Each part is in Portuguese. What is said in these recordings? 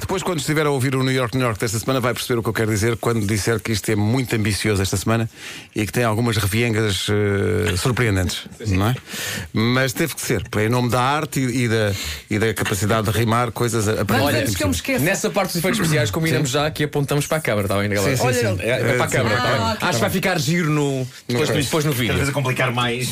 Depois, quando estiver a ouvir o New York, New York desta semana, vai perceber o que eu quero dizer quando disser que isto é muito ambicioso esta semana e que tem algumas reviengas eh, surpreendentes, não é? Mas teve que ser, em nome da arte e, e da, e da capacidade de rimar coisas Vamos aparentemente antes que eu me impossíveis. esqueça. Nessa parte dos efeitos especiais, combinamos já que apontamos para a câmara, está bem, galera? Sim, sim, Olha, sim. É, é para a câmara, Ah, tá bem. ok, Acho tá que bem. vai ficar giro no, depois, Ok. depois no Cada vídeo. vez a complicar mais.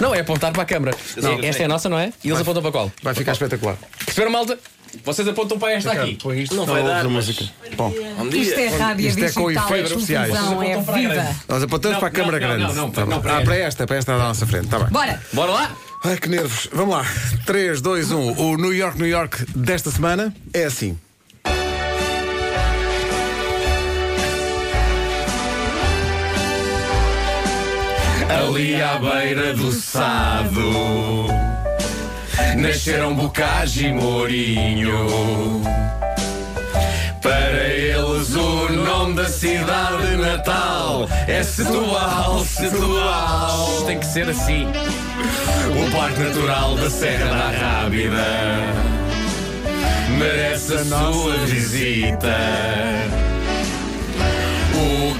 Não, é apontar para a câmara. Não. É- Esta é a nossa, não é? E eles apontam para qual? Vai ficar espetacular. Perceberam, malta? Vocês apontam para esta aqui. Põe isto, Não vai ouves dar, a mas- música. Bom, Isto é rádio Isto é com digital, efeitos é especiais. televisão, Vocês né? é apontam para a grande. viva. nós apontamos Não, para a câmara não, não, grande. não, Tá não, bom. para ah, para esta, para esta da nossa frente, está bem. Bora! Bora lá! Ai, que nervos. Vamos lá. 3, 2, 1. O New York, New York desta semana é assim. Ali à beira do Sado Nasceram Bocage e Mourinho Para eles o nome da cidade natal É Setúbal, Setúbal Tem que ser assim O Parque Natural da Serra da Rábida Merece a sua visita o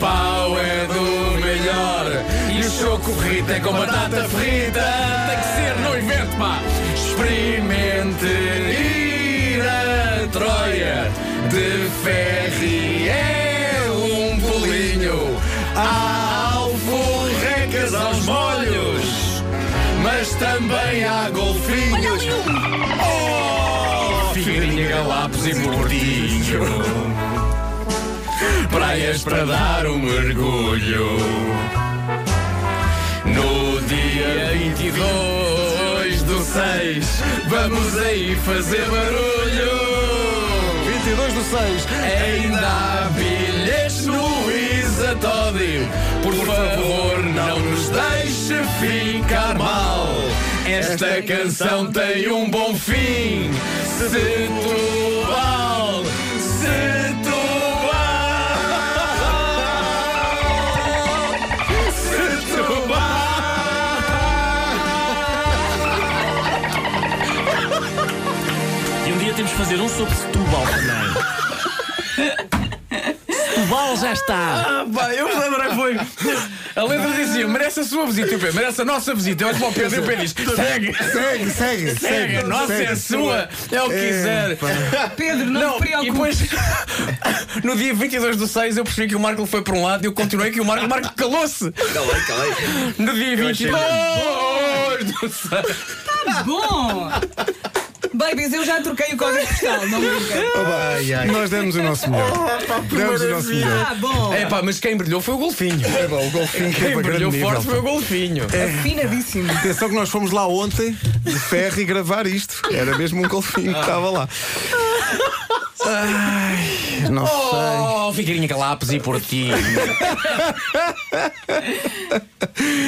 carrapau é do melhor E o choco rita é com batata frita Tem que ser, não invente, pá Experimente ir a Troia De ferry é um bolinho Há alforrecas aos molhos Mas também há golfinhos Oh, figurinha, galapos e mordinho praias para dar um mergulho. No dia 22 do 6, vamos aí fazer barulho. 22 do 6. Ainda há bilhetes no Isa Toddy. Por favor, não nos deixe ficar mal. Esta canção tem um bom fim. Setúbal, Setúbal, Setúbal. E um dia temos de fazer um sobre Setúbal também. Setúbal já está. Ah, pá, eu me lembrei, foi. A letra dizia: merece a sua visita, e o Pedro, merece a nossa visita. Eu olho para o Pedro e o Pedro diz: segue, Segue, segue, segue, a nossa é a sua, é o que quiser. Pedro, não, te e depois, preocupes. no dia 22 do 6, eu percebi que o Marco foi para um lado e eu continuei que o Marco, o Marco calou-se. Calei, calei. No dia achei 22 do 6. Bom! Babies, eu já troquei o código postal, não brinca. Nós demos o nosso melhor. demos o nosso melhor. Ah, bom! É pá, mas quem brilhou foi o Golfinho. É bom, o golfinho que é Quem para brilhou grande nível. forte foi o Golfinho. Afinadíssimo. Atenção que nós fomos lá ontem de ferro e gravar isto. Era mesmo um golfinho que estava lá. Ai, não sei. Oh, figurinha Galapos e por ti.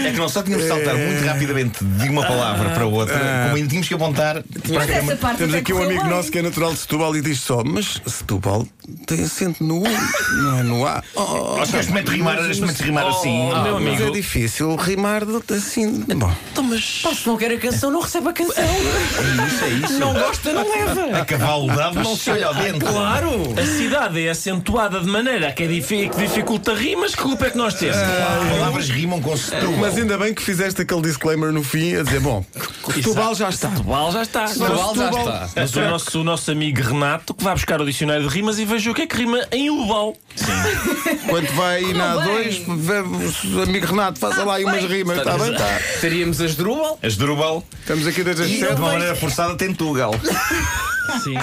É que nós só tínhamos de saltar muito rapidamente de uma palavra para outra, como ainda tínhamos que apontar para a Mas câmara. essa parte Temos até aqui um correu amigo bem. nosso que é natural de Setúbal e diz só, mas Setúbal tem acento no U, não é no A. Oh, Nós temos de rimar, temos de rimar assim. meu mas amigo. é difícil rimar de- assim. Bom, Então, Se não quer a canção, não recebe a canção. É isso, é isso. Não gosta, não leva. A cavalo dava, não se olha ao dente. Claro! A cidade é acentuada de maneira que, é difi- que dificulta rimas. Que culpa é que nós temos? Palavras rimam com Setúbal. mas ainda bem que fizeste aquele disclaimer no fim a dizer, bom, Setúbal já está. Setúbal já está. Setúbal já está. Mas o nosso, o nosso amigo Renato que vai buscar o dicionário de rimas e veja o que é que rima em Ubal. Quando vai na bem. A2, vê- o amigo Renato, faça lá aí umas rimas, está bem? Tá. Teríamos a Asdrúbal. As Drubal. Estamos aqui desde as E de 7. uma maneira forçada tem Tugal. Sim.